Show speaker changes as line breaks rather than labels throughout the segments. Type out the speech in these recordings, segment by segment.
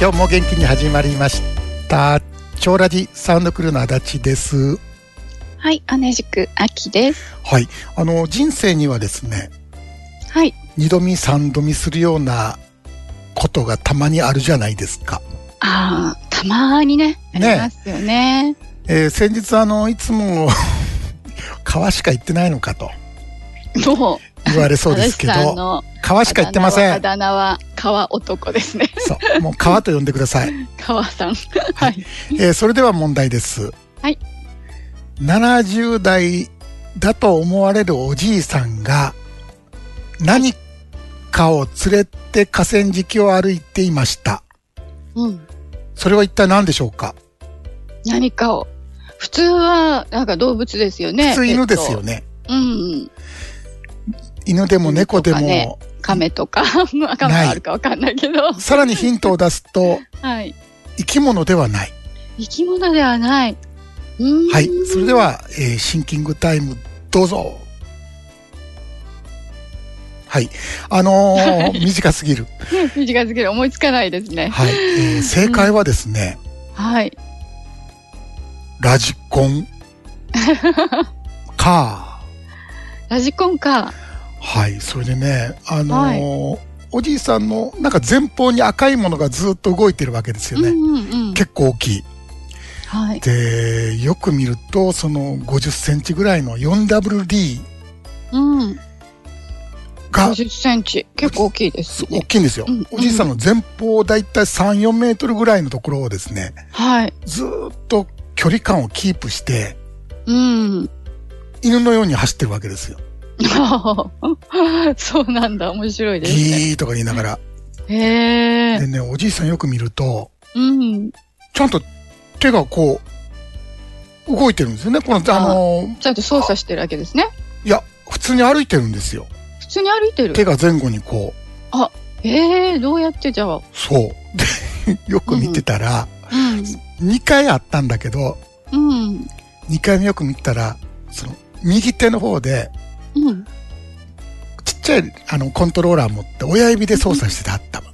今日も元気に始まりました超ラジサウンドクルーの足立です
はい、同じく秋です。
はいあの人生にはですね
はい、
二度見三度見するようなことがたまにあるじゃないですか、
ああ、たまーにね、あ
ね
りますよね。
えー先日あのいつも 川しか行ってないのかと
もう、
言われそうですけ
足立さん
ど
の
川しか行ってませ
あ
ん
だ名はあだ名は川男ですね。
そうもう川と呼んでください
川さん。はい。
えーそれでは問題です。
はい。
70代だと思われるおじいさんが何かを連れて河川敷を歩いていました。
うん。
それは一体何でしょうか
何かを。普通は、なんか動物ですよね。
普通犬ですよね。
ペット。うん。
犬でも猫でも、
犬と亀とか、 まあ亀あるかわかんないけど。
さらにヒントを出すと
はい。
生き物ではない。
生き物ではない。うーん
はい。それで。は、えーシンキングタイムどうぞ。はい。あのー
はい
短すぎる。
短すぎる。思いつかないですね。
はい。えー正解はですね、
はい。
ラジコ ンカ
ラジコンか。
ーはいそれでねあのー
はい
おじいさんのなんか前方に赤いものがずっと動いてるわけですよ
うん
ね、
うんうん。
結構大きい
はい。
でよく見るとその5 0ンチぐらいの 4WD
うん。
が
50センチ。結構大きいです
そう大
ね。
きいんですよ、
うんうん
おじいさんの前方だいたい34メートルぐらいのところをですね
はい。
ずーっと距離感をキープして
うん。
犬のように走ってるわけですよ。
そうなんだ。面白いですね。
ギーとか言いながら。
へえ
で。ね、おじいさんよく見ると、
うん。
ちゃんと手がこう、動いてるんですよね。この、あの、
ちゃんと操作してるわけですね。
いや、普通に歩いてるんですよ。
普通に歩いてる
手。が前後にこう、
ええ、どうやってじゃあ。
そう。で、 よく見てたら、
う
2回あったんだけど、
ん。うん。
2回目よく見たら、その、右手の方で、
うん。
ちっちゃい、あの、コントローラー持って、親指で操作してたったの。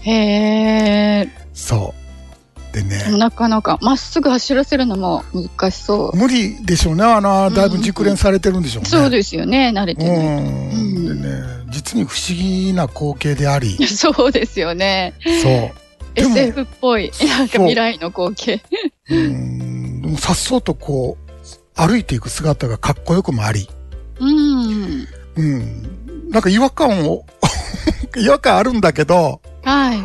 へえ。
そう。でね、
なかなか、まっすぐ走らせるのも難しそ
無理でしょうね。あの、だいぶ熟練されてるんでしょう
う。
ね。
そうですよね。慣れてない。
うん。でね、実に不思議な光景であり、
そうですよね。
そう。でも
SF っぽい。なんか
そう
未来の光景。
うーんでもさっそうとこう、歩いていく姿がかっこよくもあり、
うん。
うん。なんか違和感を、 違和感あるんだけど、
はい。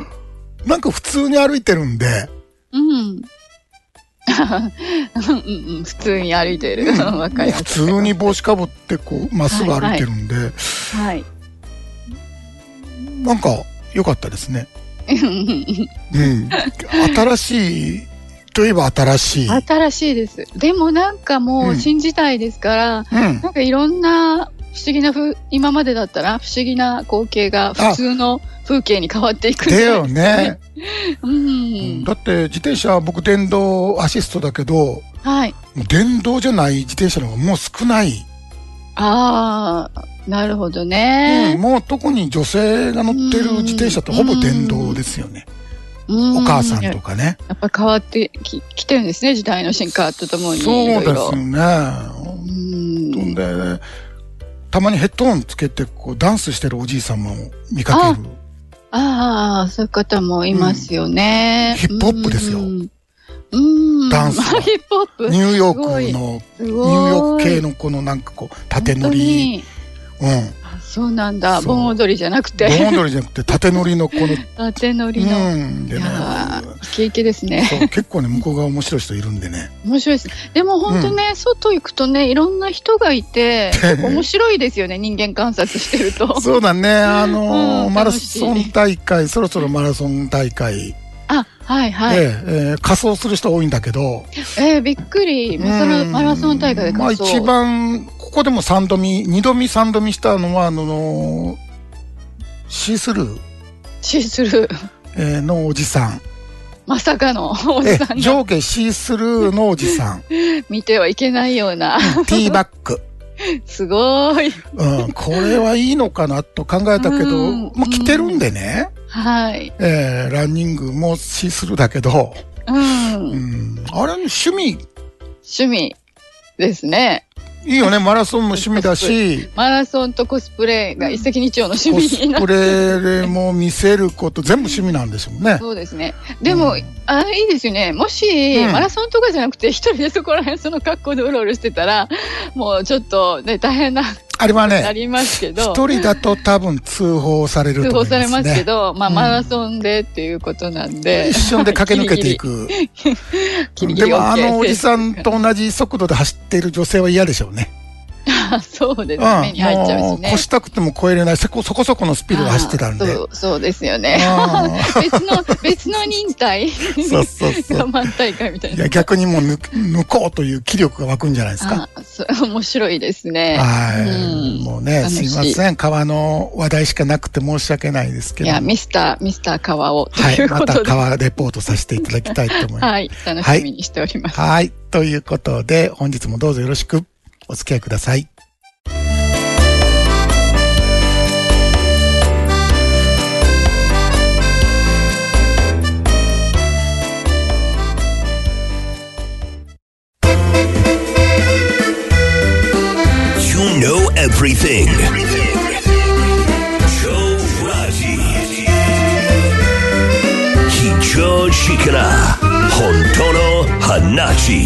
なんか普通に歩いてるんで、
うん。うんうん普通に歩いてる。 わかりま
普
す。
通に帽子かぶってこう、まっすぐ歩いてるんで、
はい。
なんか良かったですね。うん。新しい、といえば新しい。う
新しいです。でもなんかも
うん
う新時代ですから、
ん。
なんかいろんな不思議なふ、今までだったら不思議な光景が普通の風景に変わっていくん
だ
じゃな
よ
い
ね、
う
うん
ん。
だって自転車は僕電動アシストだけど、
はい。
電動じゃない自転車の方がもう少ない。
ああ、なるほど
うん、
ね。
もう特に女性が乗ってる自転車ってほぼ電動ですよね。
うん
お母さん
や
とかね。
やっぱ変わってき来てるんですね。時代の進化とともに。
そうです
いろ
よ
いろ
ね。
う
ほん
ん。
で、たまにヘッドホンつけてこうダンスしてるおじいさんも見かける。
ああ、そういう方もいますよね。
うんヒップホップですよ
うん。うん
ダンス は
ヒップホップ
ニューヨークの、
す
ニュ
ごい。
ーヨーク系のこのなんかこう、縦乗り。
本
うん。
当に。あそうなんだ。
そう
盆踊りじゃなく
盆
て、
踊りじゃなくて縦乗りのこの、
縦乗りの。
うん。
い
でね。
やーイケイケですね。
そう結構ね、向こう側面白い人いるんでね。
面白いです。でも本当ね、外行くとね、いろんな人がい て、面白いですよね、人間観察してると。
そうだね、あのー
うん
マラ
楽しい
ソ
ね
ン大会、そろそろマラソン大会
あ、はい
で、
はい。
えー仮装する人多いんだけど、
えー、びっくり。そのマラソン大会で
うんまあ
感想。
一番、ここでも3度見、2度見3度見したのは、あのーシースルー
シースルー。
えーのおじさん。
まさかのおじ
え
さんが
上下シースルーのおじさ ん。
見てはいけないような。
ティーバック。
すごい。
うん、これはいいのかなと考えたけど、
うん
まあ着てるんでね。
はい。
えーランニングもしするだけど、
う。
うんん、あれ趣味
趣味ですね。
い いよねマラソンも趣味だし
マラソンとコスプレが一石二鳥の趣
コ
味に
ス
なっ
プレも見せること全部趣味なんですもんね。
そうですね。でも、
うん
あいいですよね。もし、
うん
マラソンとかじゃなくて、一人でそこら辺その格好でうろうろしてたら、もうちょっとね、大変な、
あれは
な
ね
りますけ
一
ど、
人だと多分通報される
通
と思
報
い
されま
ま
すすけ
ね。
ど、まあ、
うん
マラソンでっていうことなんで
一、瞬で駆け抜けていく。
ギリギ
で
リ
も
OK
あのおじ
です
さんと同じ速度で走っている女性は嫌でしょうね。
そうで
う
すね。目に入っちゃ
ん、
う
もう
し
越
ね。
したくても超えれないそこそこそこのスピードで走ってたんで。
あーそうそうですよね。別の、別の忍耐。
うん そうそうそう
我。慢大会みたい
い
な
や。逆にもう抜抜こうという気力が湧くんじゃないですか。
あーそう面白いですね。
はい、
うん
もうね、
楽
す
しい
いません。川の話題しかなくて申し訳ないですけ
い
ど。
や、ミスター、ミスター川をと
はいい、
う
ま
こ
た
とで。
川レポートさせていただきたいと思います。
はい、楽しみにしております。
はい、ということで、本日もどうぞよろしくお付き合いください。
You know everything. Joe Raji. Hicho Shikara. Hontono Hanachi.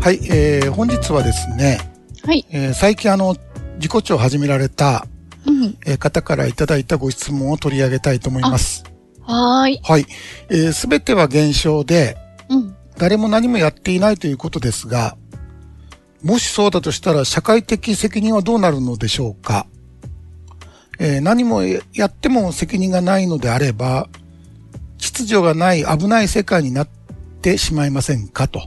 はい、えー、本日はですね、
はい。
えー最近あの、自己調を始められた、
うん
えー方からいただいたご質問を取り上げたいと思います。
はーい。
はい、えー、すべては現象で、
うん。
誰も何もやっていないということですが、もしそうだとしたら社会的責任はどうなるのでしょうか、えー何もやっても責任がないのであれば、秩序がない危ない世界になってしまいませんかと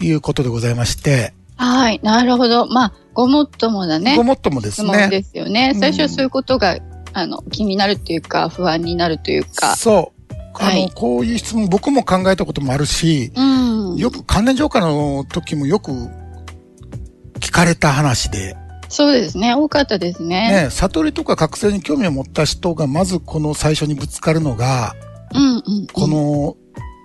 いうことでございまして、
はい。なるほど。まあ、ごもっともだね
ご。もっともで
質
す
問
ね。
ですよね。
うん
最初はそういうことが、あの、気になるっていうか、不安になるというか。
そう。あの、
はい
こういう質問僕も考えたこともあるし、
うん。
よく関連浄化の時もよく聞かれた話で、
そうですね。多かったですね。
ね、悟りとか覚醒に興味を持った人が、まずこの最初にぶつかるのが、
うんうんうん。
この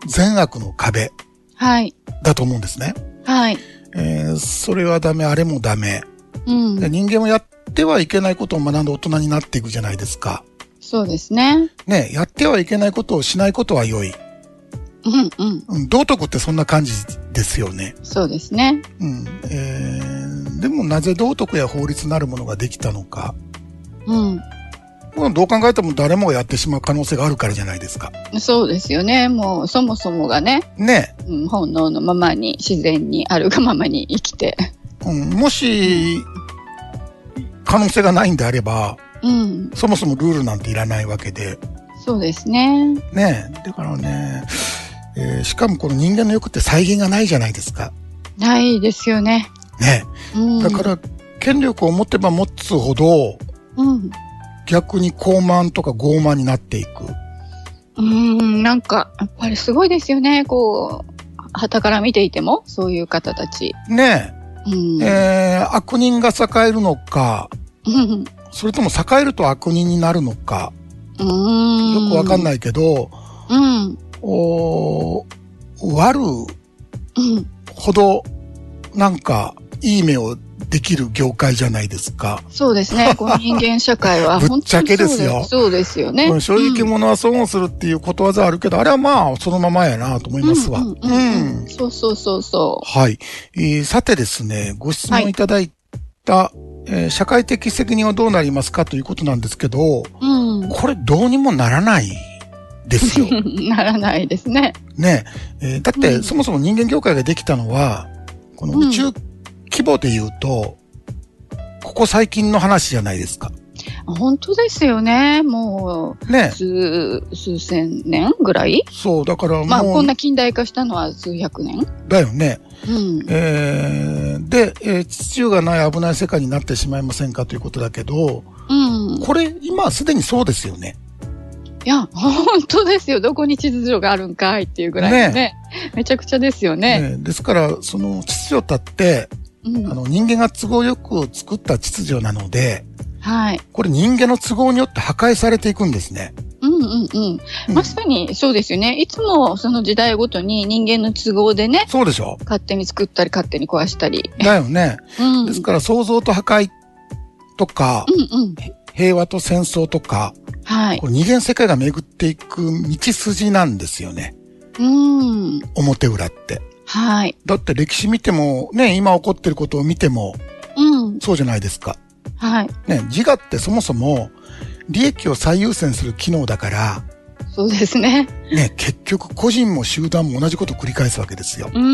善悪の壁
はい。
だと思うんですね。
はい。
えーそれはダメ、あれもダメ。
うん
で。人間もやってはいけないことを学んで大人になっていくじゃないですか。
そうですね。
ね、やってはいけないことをしないことは良い。
うんうん。
うん、道徳ってそんな感じですよね。
そうですね。
うん。えー、でもなぜ道徳や法律なるものができたのか。
うん。
もうどう考えても誰もがやってしまう可能性があるからじゃないですか。
そうですよね。もう、そもそもがね、
ね。
うん、本能のままに、自然にあるがままに生きて。
うん、もし、可能性がないんであれば、
うん。
そもそもルールなんていらないわけで、
そうですね。
ねえ、だからね、えーしかもこの人間の欲って再現がないじゃないですか。
ないですよね。
ね
うん。
え。だから、権力を持てば持つほど、
うん。
逆に高慢とか傲慢になっていく。
うん、なんか、やっぱりすごいですよね。こう、旗から見ていても、そういう方たち。
ね
うん。
え、えー悪人が栄えるのか、
うん
それとも栄えると悪人になるのか、
うん。
よくわかん
い。
ないけど、
うん。
おー悪
うん。
ほど、なんか、いい目をできる業界じゃないですか。
そうです ね。この人間社会は、
ぶっちゃけですよ
本当にそうですそうですよね。
正直者は損をするっていうことわざあるけど、あれはまあ、そのままやなと思いますわ。
うんうんうん
う
うんん、そうそうそうそ
はい、えーさてですね、ご質問いただいた、えー社会的責任はどうなりますかということなんですけど、
う。うん。
これどうにもならないですよ。
ならないですね。
ね。えーだって、
うん
そもそも人間業界ができたのは、この宇宙規模で言うと、ここ最近の話じゃないですか。
本当ですよね。もう、。
ね
数、数千年ぐらい
そう、だからもう、
まあ、こんな近代化したのは数百年
だよね。
うん。
えーで、えー秩序がない危ない世界になってしまいませんかということだけど、
うん。
これ、今すでにそうですよね。
いや、本当ですよ。どこに秩序があるんかいっていうぐらいのね。めちゃくちゃですよね。
ねですから、その秩序たって、
うん
あの、人間が都合よく作った秩序なので、
はい。
これ人間の都合によって破壊されていくんですね。
うんうんうん。
うん
まさにそうですよね。いつもその時代ごとに人間の都合でね、
そうでしょ
勝手に作ったり勝手に壊したり。
だよね。
うん。
ですから、創造と破壊とか、
うんうん。
平和と戦争とか、
はい。
こう二元世界が巡っていく道筋なんですよね。
うん。
表裏って。
はい。
だって歴史見ても、ね、今起こってることを見ても、
うん。
そうじゃないですか。
はい。
ね、自我ってそもそも、利益を最優先する機能だから、
そうですね。
ね、結局個人も集団も同じことを繰り返すわけですよ。
うんうん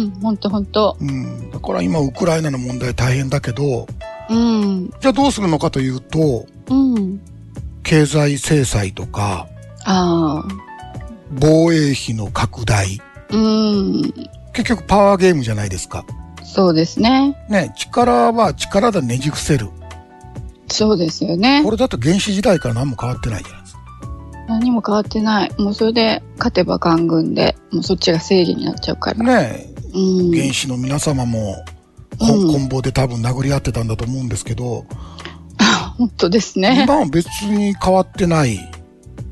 うん。ほんとほんと。
うん。だから今、ウクライナの問題大変だけど、
うん。
じゃあどうするのかというと、
うん。
経済制裁とか、
あ
防衛費の拡大。
あ。うん。
結局パワーゲームじゃないですか。
そうですね。
ね、力は力でねじ伏せる。
そうですよね
こ。れだと原始時代から何も変わってないじゃないですか。
何も変わってない。もうそれで勝てば官軍で、もうそっちが正義になっちゃうから。
ね、
うん。
原始の皆様も、こ
うん
棍棒で多分殴り合ってたんだと思うんですけど、
本当ですね。
今は別に変わってない。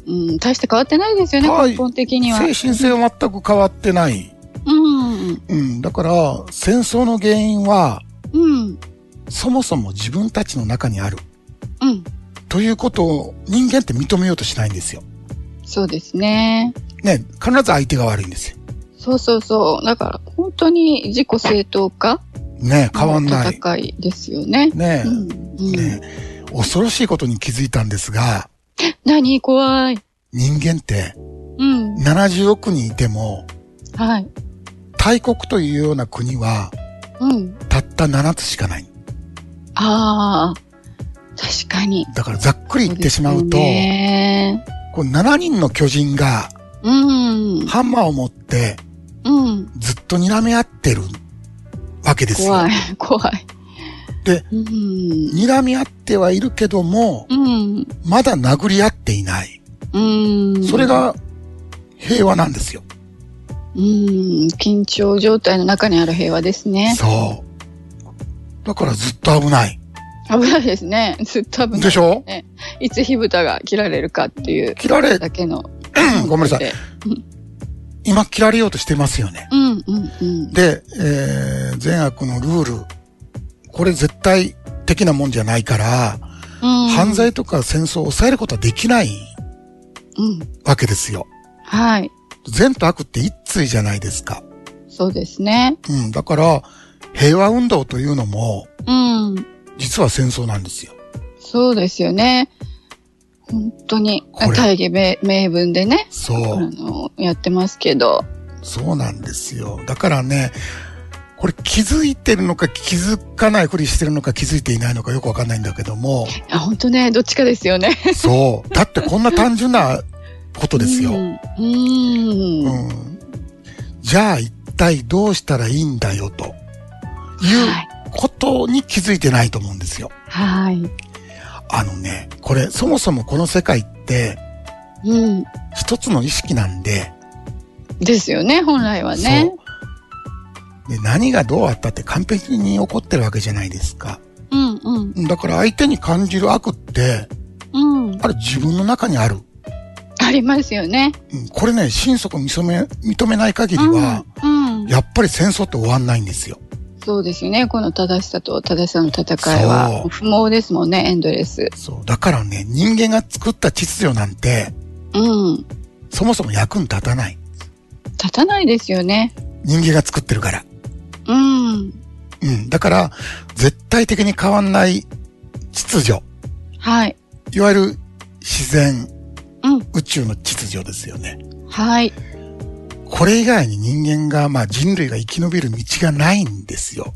うん。大して変わってないですよね、
はい
根本的には。
精神性は全く変わってない。
うん。
うん、だから、戦争の原因は、
うん。
そもそも自分たちの中にある。
うん。
ということを人間って認めようとしないんですよ。
そうですね。
ね、必ず相手が悪いんですよ。
そうそうそう。だから、本当に自己正当化
ね、変わんない。
戦いですよね。
ね
う、ん。うん、
ね、恐ろしいことに気づいたんですが、
何怖い。
人間って
うん。
70億人いても、
はい。
大国というような国は、
うん。
たった7つしかない。
ああ。確かに。
だからざっくり言ってしまうと、
そうですね
こう7人の巨人が
うん。
ハンマーを持って
うん。
ずっと睨み合ってるわけですよ。
怖い。怖い。
で、
うん。
睨み合ってはいるけども、
うん。
まだ殴り合っていない。
うん。
それ、が平和なんですよ。
うん。緊張状態の中にある平和ですね。
そう。だからずっと危ない。
危ないですね。ずっと危な
で
い
し。ょ
いつ火蓋が切られるかっていう
切られ、
だけの。
ごめんなさい。今切られようとしてますよね。
うんうんうん。
で、えー、善悪のルール。これ絶対的なもんじゃないから、
うん、
犯罪とか戦争を抑えることはできない
うん。
わけですよ。
はい。
善と悪って一対じゃないですか。
そうですね。
うん。だから、平和運動というのも、
うん。
実は戦争なんですよ。
そうですよね。本当に
これ、
大義名名分でね、あ
そう。
の、やってますけど。
そうなんですよ。だからね、これ気づいてるのか気づかないふりしてるのか気づいていないのかよくわかんないんだけども、
あ、本当ね、どっちかですよね。
そう。だってこんな単純なことですよ。
うん。うん
う
は
ん。じゃあ一体どうしたらいいんだよという
い。
ことに気づいてないと思うんですよ。
はい。
あのね、これそもそもこの世界って
うん。
一つの意識なんで、
ですよね、本来はね。
そう。で、何がどうあったって完璧に起こってるわけじゃないですか。
うんうん。
だから相手に感じる悪って、
うん。
あれ自分の中にある。
ありますよね。
うんこれね、心底認め、認めない限りは、
うん。うん
やっぱり戦争って終わんないんですよ。
そうですよね。この正しさと正しさの戦いは
そう
不毛ですもんね、エンドレス。
そう。だからね、人間が作った秩序なんて、
うん。
そもそも役に立たない。
立たないですよね。
人間が作ってるから。
うん。
うん。だから、絶対的に変わんない秩序。
はい。
いわゆる自然、
うん。
宇宙の秩序ですよね。
はい。
これ以外に人間が、まあ人類が生き延びる道がないんですよ。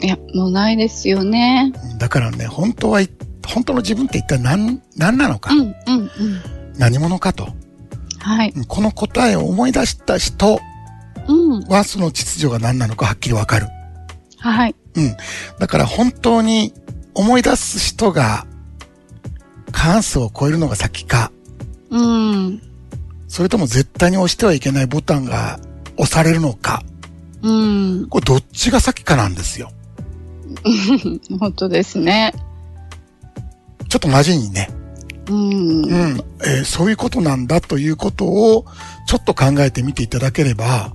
いや、もうないですよね。
うんだからね、本当は、い本当の自分って一体何、何なのか
う、ん、うん、うん。
何者かと。
はい。
うんこの答えを思い出した人
うん。
はその秩序が何なのかはっきりわかる。
はい。
だから本当に思い出す人が過半数を超えるのが先か、
うん。
それとも絶対に押してはいけないボタンが押されるのか、
うん。
これどっちが先かなんですよ。
本当ですね。
ちょっとマジにね、
うん。
うん、えーそういうことなんだということを、ちょっと考えてみていただければ、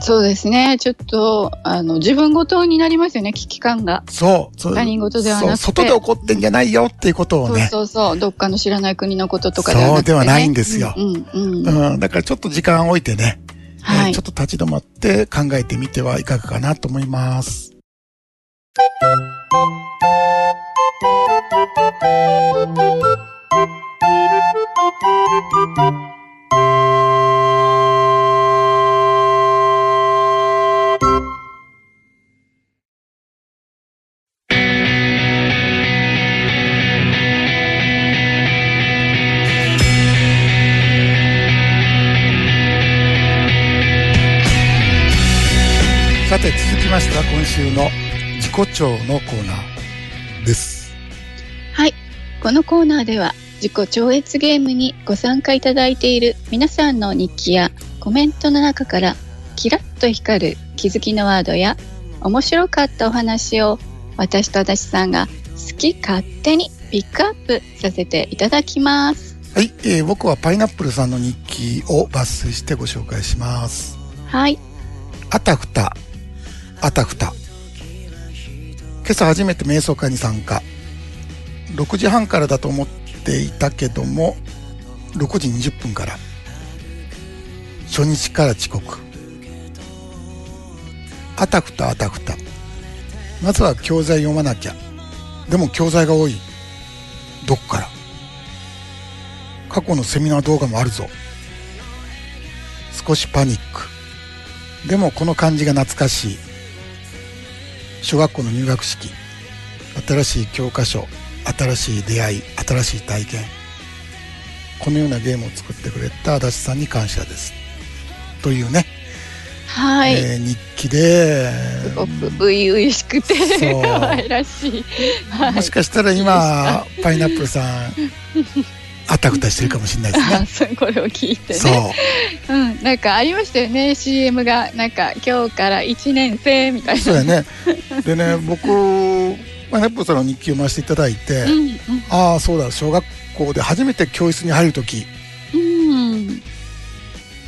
そうですね。ちょっと、あの、自分ごとになりますよね、危機感が。
そう、そう
他人事ではなくて
そう外で起こってんじゃないよっていうことを
そう
ね、
そうそう。どっかの知らない国のこととかではなくて、ね。
そうではないんですよ。
うん、うん、うん。
うん、だからちょっと時間を置いてね、
は
えー
い
ちょっ。と立ち止まって考えてみてはいかがかなと思います。さて続きましては今週の自己調のコーナーです。
はい。このコーナーでは、自己超越ゲームにご参加いただいている皆さんの日記やコメントの中から、キラッと光る気づきのワードや、面白かったお話を、私と足立さんが好き勝手にピックアップさせていただきます。
はい、えー僕はパイナップルさんの日記を抜粋してご紹介します。
はい。
あたふた、あたふた。今朝初めて瞑想会に参加。6時半からだと思っていたけども、6時20分から。初日から遅刻。あたふたあたふた。まずは教材読まなきゃ。でも教材が多い。どっから過去のセミナー動画もあるぞ。少しパニック。でもこの感じが懐かしい小学校の入学式新しい教科書新しい出会い新しい体験このようなゲームを作ってくれた足立さんに感謝ですというね、
はい。
えー日記です
ごく初々しくて
そう
可愛らしい。はい。
もしかしたら今パイナップルさんあたふたしてるかもしれないです
あ
ね
そうこれを聞いて
そう
ね。うん。なんかありましたよね。CM がなんか今日から一年生みたいな。
そうやねでね僕パイナップルさんの日記を回していただいて、
うん
ああそうだ小学校で初めて教室に入る時
うん。うん。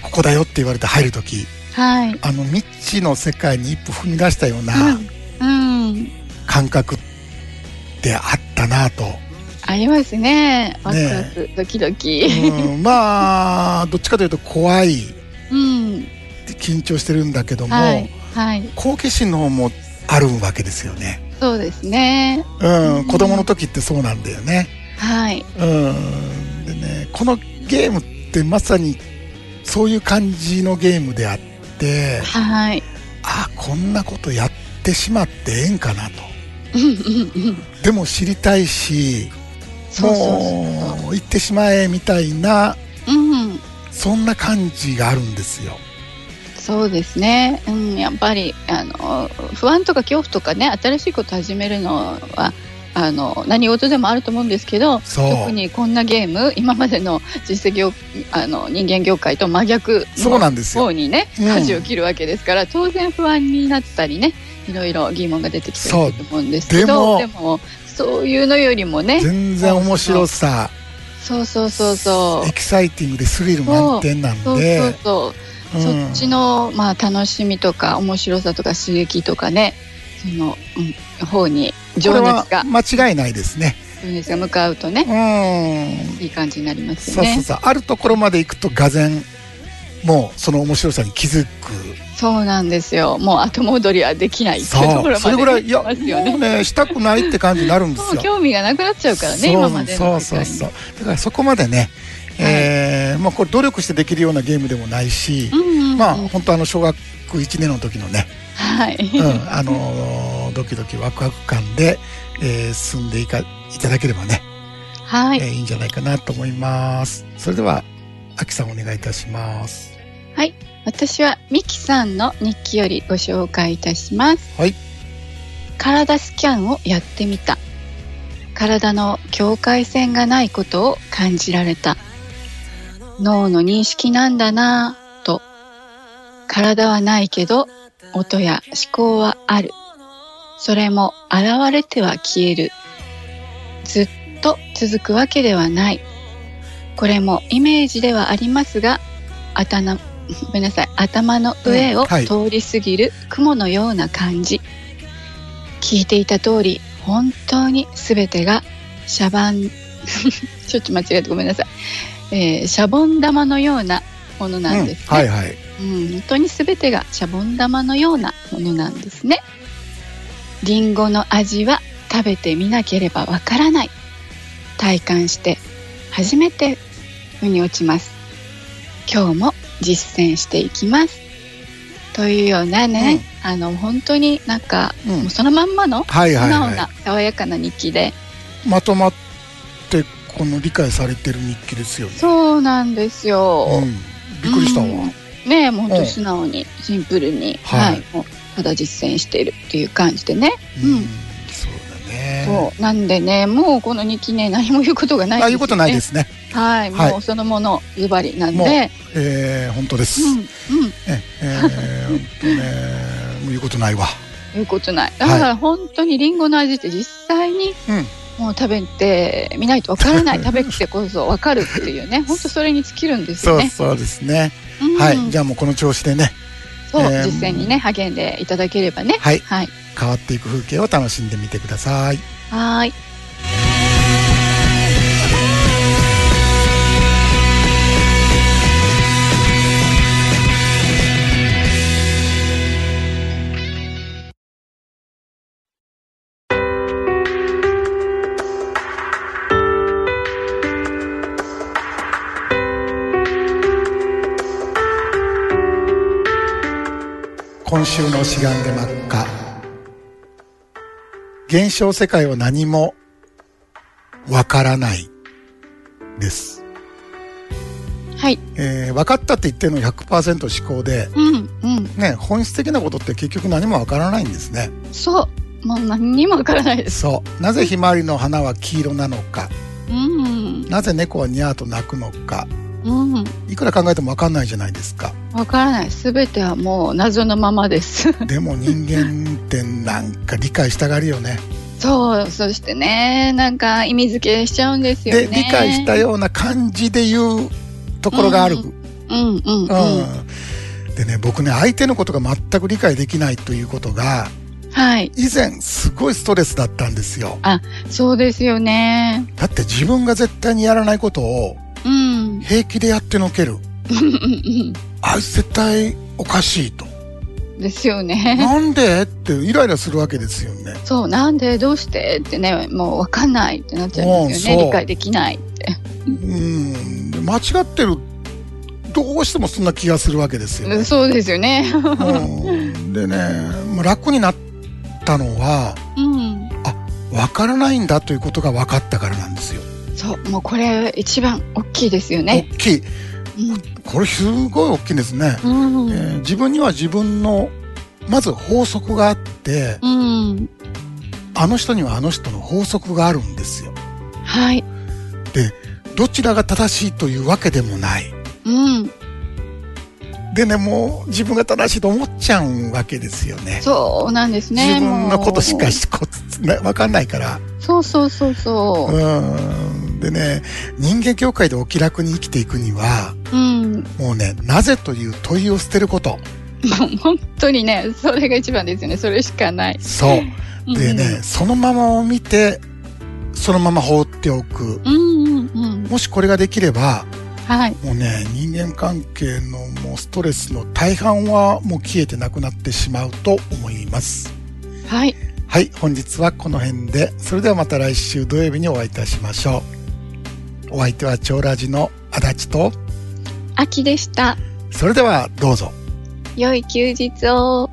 ここだよって言われて入る時
はい。
あの未知の世界に一歩踏み出したような
うん。うん。
感覚ってあったなと、
ありますね。ワクワクドキドキ。
うん、まあどっちかというと怖い
うん。
緊張してるんだけども、
はい。はい。
好奇心の方もあるわけですよね、
そうですね。
うん
うん
子供の時ってそうなんだよね、
はい。
うん、でねこのゲームってまさにそういう感じのゲームであって、
はい。
あこんなことやってしまってええんかなと
うんうんうん。
でも知りたいし
そうそうそ
もう行ってしまえみたいな
う。うん。
そんな感じがあるんですよ
そうですね、うん、やっぱりあの不安とか恐怖とかね新しいこと始めるのはあの何事でもあると思うんですけど
そう
特にこんなゲーム今までの実績をあの人間業界と真逆
そう
の
なんですよ
方にね
うん
舵を切るわけですから、当然不安になったりねいろいろ疑問が出てきてると思うんですけ
そう
ど
で
でもそういうのよりもね
全然面白さ
そうそうそうそう
エキサイティングでスリル満点なん
そう
で
そうそう
うん
そっちの、まあ、楽しみとか面白さとか刺激とかねその、うん、方に情
これは
熱が
間違いないですね
情熱が向かうとね
うん
いい感じになりますよ
そうそう
ね。
そうあるところまで行くとがぜんもうその面白さに気づく
そうなんですよもう後戻りはできないっていうところ
そ
ま
う
で
それぐらいいや
行
も
きますよ
う
ね。
ねしたくないって感じになるんで
も
す
う
よ
興味がなくなっちゃうからね今までの世
そうそう
界
そう
に。
そうだからそこまでね、えーまあ、これ努力してできるようなゲームでもないし、
うんうん
まあ本当あの小学1年の時のね、
はい、
うん、あのードキドキワクワク感で、えー進んでいかいただければね、
はい
いえーいいんじゃないかなと思いますそれではあきさんお願いいたします
はい、私はミキさんの日記よりご紹介いたします。
はい。
体スキャンをやってみた。体の境界線がないことを感じられた。脳の認識なんだなぁと。体はないけど音や思考はあるそれも現れては消えるずっと続くわけではないこれもイメージではありますが頭 ごめんなさい頭の上
う
を
んはい
通り過ぎる雲のような感じ、聞いていた通り本当に全てがシャバンちょっと間違えてごめんなさい、えーシャボン玉のようなものなんですね、
はいはい。
うん、本当に全てがシャボン玉のようなものなんですね。リンゴの味は食べてみなければわからない。体感して初めて腑に落ちます。今日も実践していきます。というようなね、あの本当になんか、
うん
もうそのまんまの
はい
素
はい
直
は
な爽やかな日記で、
い。まとまって、この理解されてる日記ですよね。
そうなんですよ。
うん。びっくりしたわ。
うんねえもう本当
うん
に素直にシンプルに、
は
はいいもうただ実践しているっていう感じでね、うん
そうだね。
そうなんでねもうこの日記ね何も言うことがない
あ、いうことないですすね。
よねはい、
はい
もうそのものズバリなん
もう
で
えー、本当です。
うんうん
ええー、ほんとね、もう言うことないわ。
言うことないだから本当にリンゴの味って実際に
うん。
もう食べてみないとわからない食べてこそわかるっていうね本当それに尽きるんですよ
そう
ね
そうですね。
うん
はい。じゃあもうこの調子でね、
そう、
えー
実践にね励んでいただければね
はい。
はい
変わっていく風景を楽しんでみてください。
はーい
今週の志願で真っ赤。現象世界は何もわからないです。
はい
えー、分かったって言ってるの100%思考で、
うんうん
ね、本質的なことって結局何もわからないんですね。
そう。もう何にもわからないです。
そう。なぜひまわりの花は黄色なのか、
うん。
なぜ猫はニャーと鳴くのか、
うん。
いくら考えてもわかんないじゃないです か。
わからない。すべてはもう謎のまま です。
でも人間ってなんか理解したがるよね。
そう。そしてね、なんか意味付けしちゃうんですよね。
で、理解した。ような感じで言うところがある。
うんうんうん。は
うんでね、僕ね、相手のことが全く理解できないということが、
い。
以前すごいストレスだったんですよ。
そうですよね。
だって自分が絶対にやらないことを
うん。
平気でやってのける。
うんうん
あいつ絶対おかしいと。
うん。ですよね。
なんでってイライラするわけですよね。
そう。なんでどうしてってね、もうわかんないってなっちゃいますよ
うんそ
ね。
う
理解できないって。
うん。で間違ってる。どうしてもそんな気がするわけですよね。
そうですよ ね。
うんでね、もう楽になったのは、
うん。
わからないんだということが分かったからなんですよ。
そう。もうこれ一番大きいですよ
大
ね。
きい。これすごい大きいんですね。
うん。う
え
ん。
ー自分には自分の、まず法則があって、
うん
あの人にはあの人の法則があるんですよ。
はい。
どちらが正しいというわけでもない。
うん。
でね、もう自分が正しいと思っちゃうわけですよね。
そうなんですね。
自分のことしか
も
しこねわかんないから。
うそうそうそうそう。
うん。でね、人間業界でお気楽に生きていくには、
うん。も
もうね、なぜという問いを捨てること。
う本当にね、それが一番ですよね。それしかない。
そう。でね、
うん
そのままを見て、そのまま放っておく。
うんうんうん。
もしこれができれば、
はい。
もうね、人間関係のもうストレスの大半はもう消えてなくなってしまうと思います。
はい。
はい、本日はこの辺で、それではまた来週土曜日にお会いいたしましょう。お相手は長ラジの足立と、
秋でした。
それではどうぞ。
良い休日を。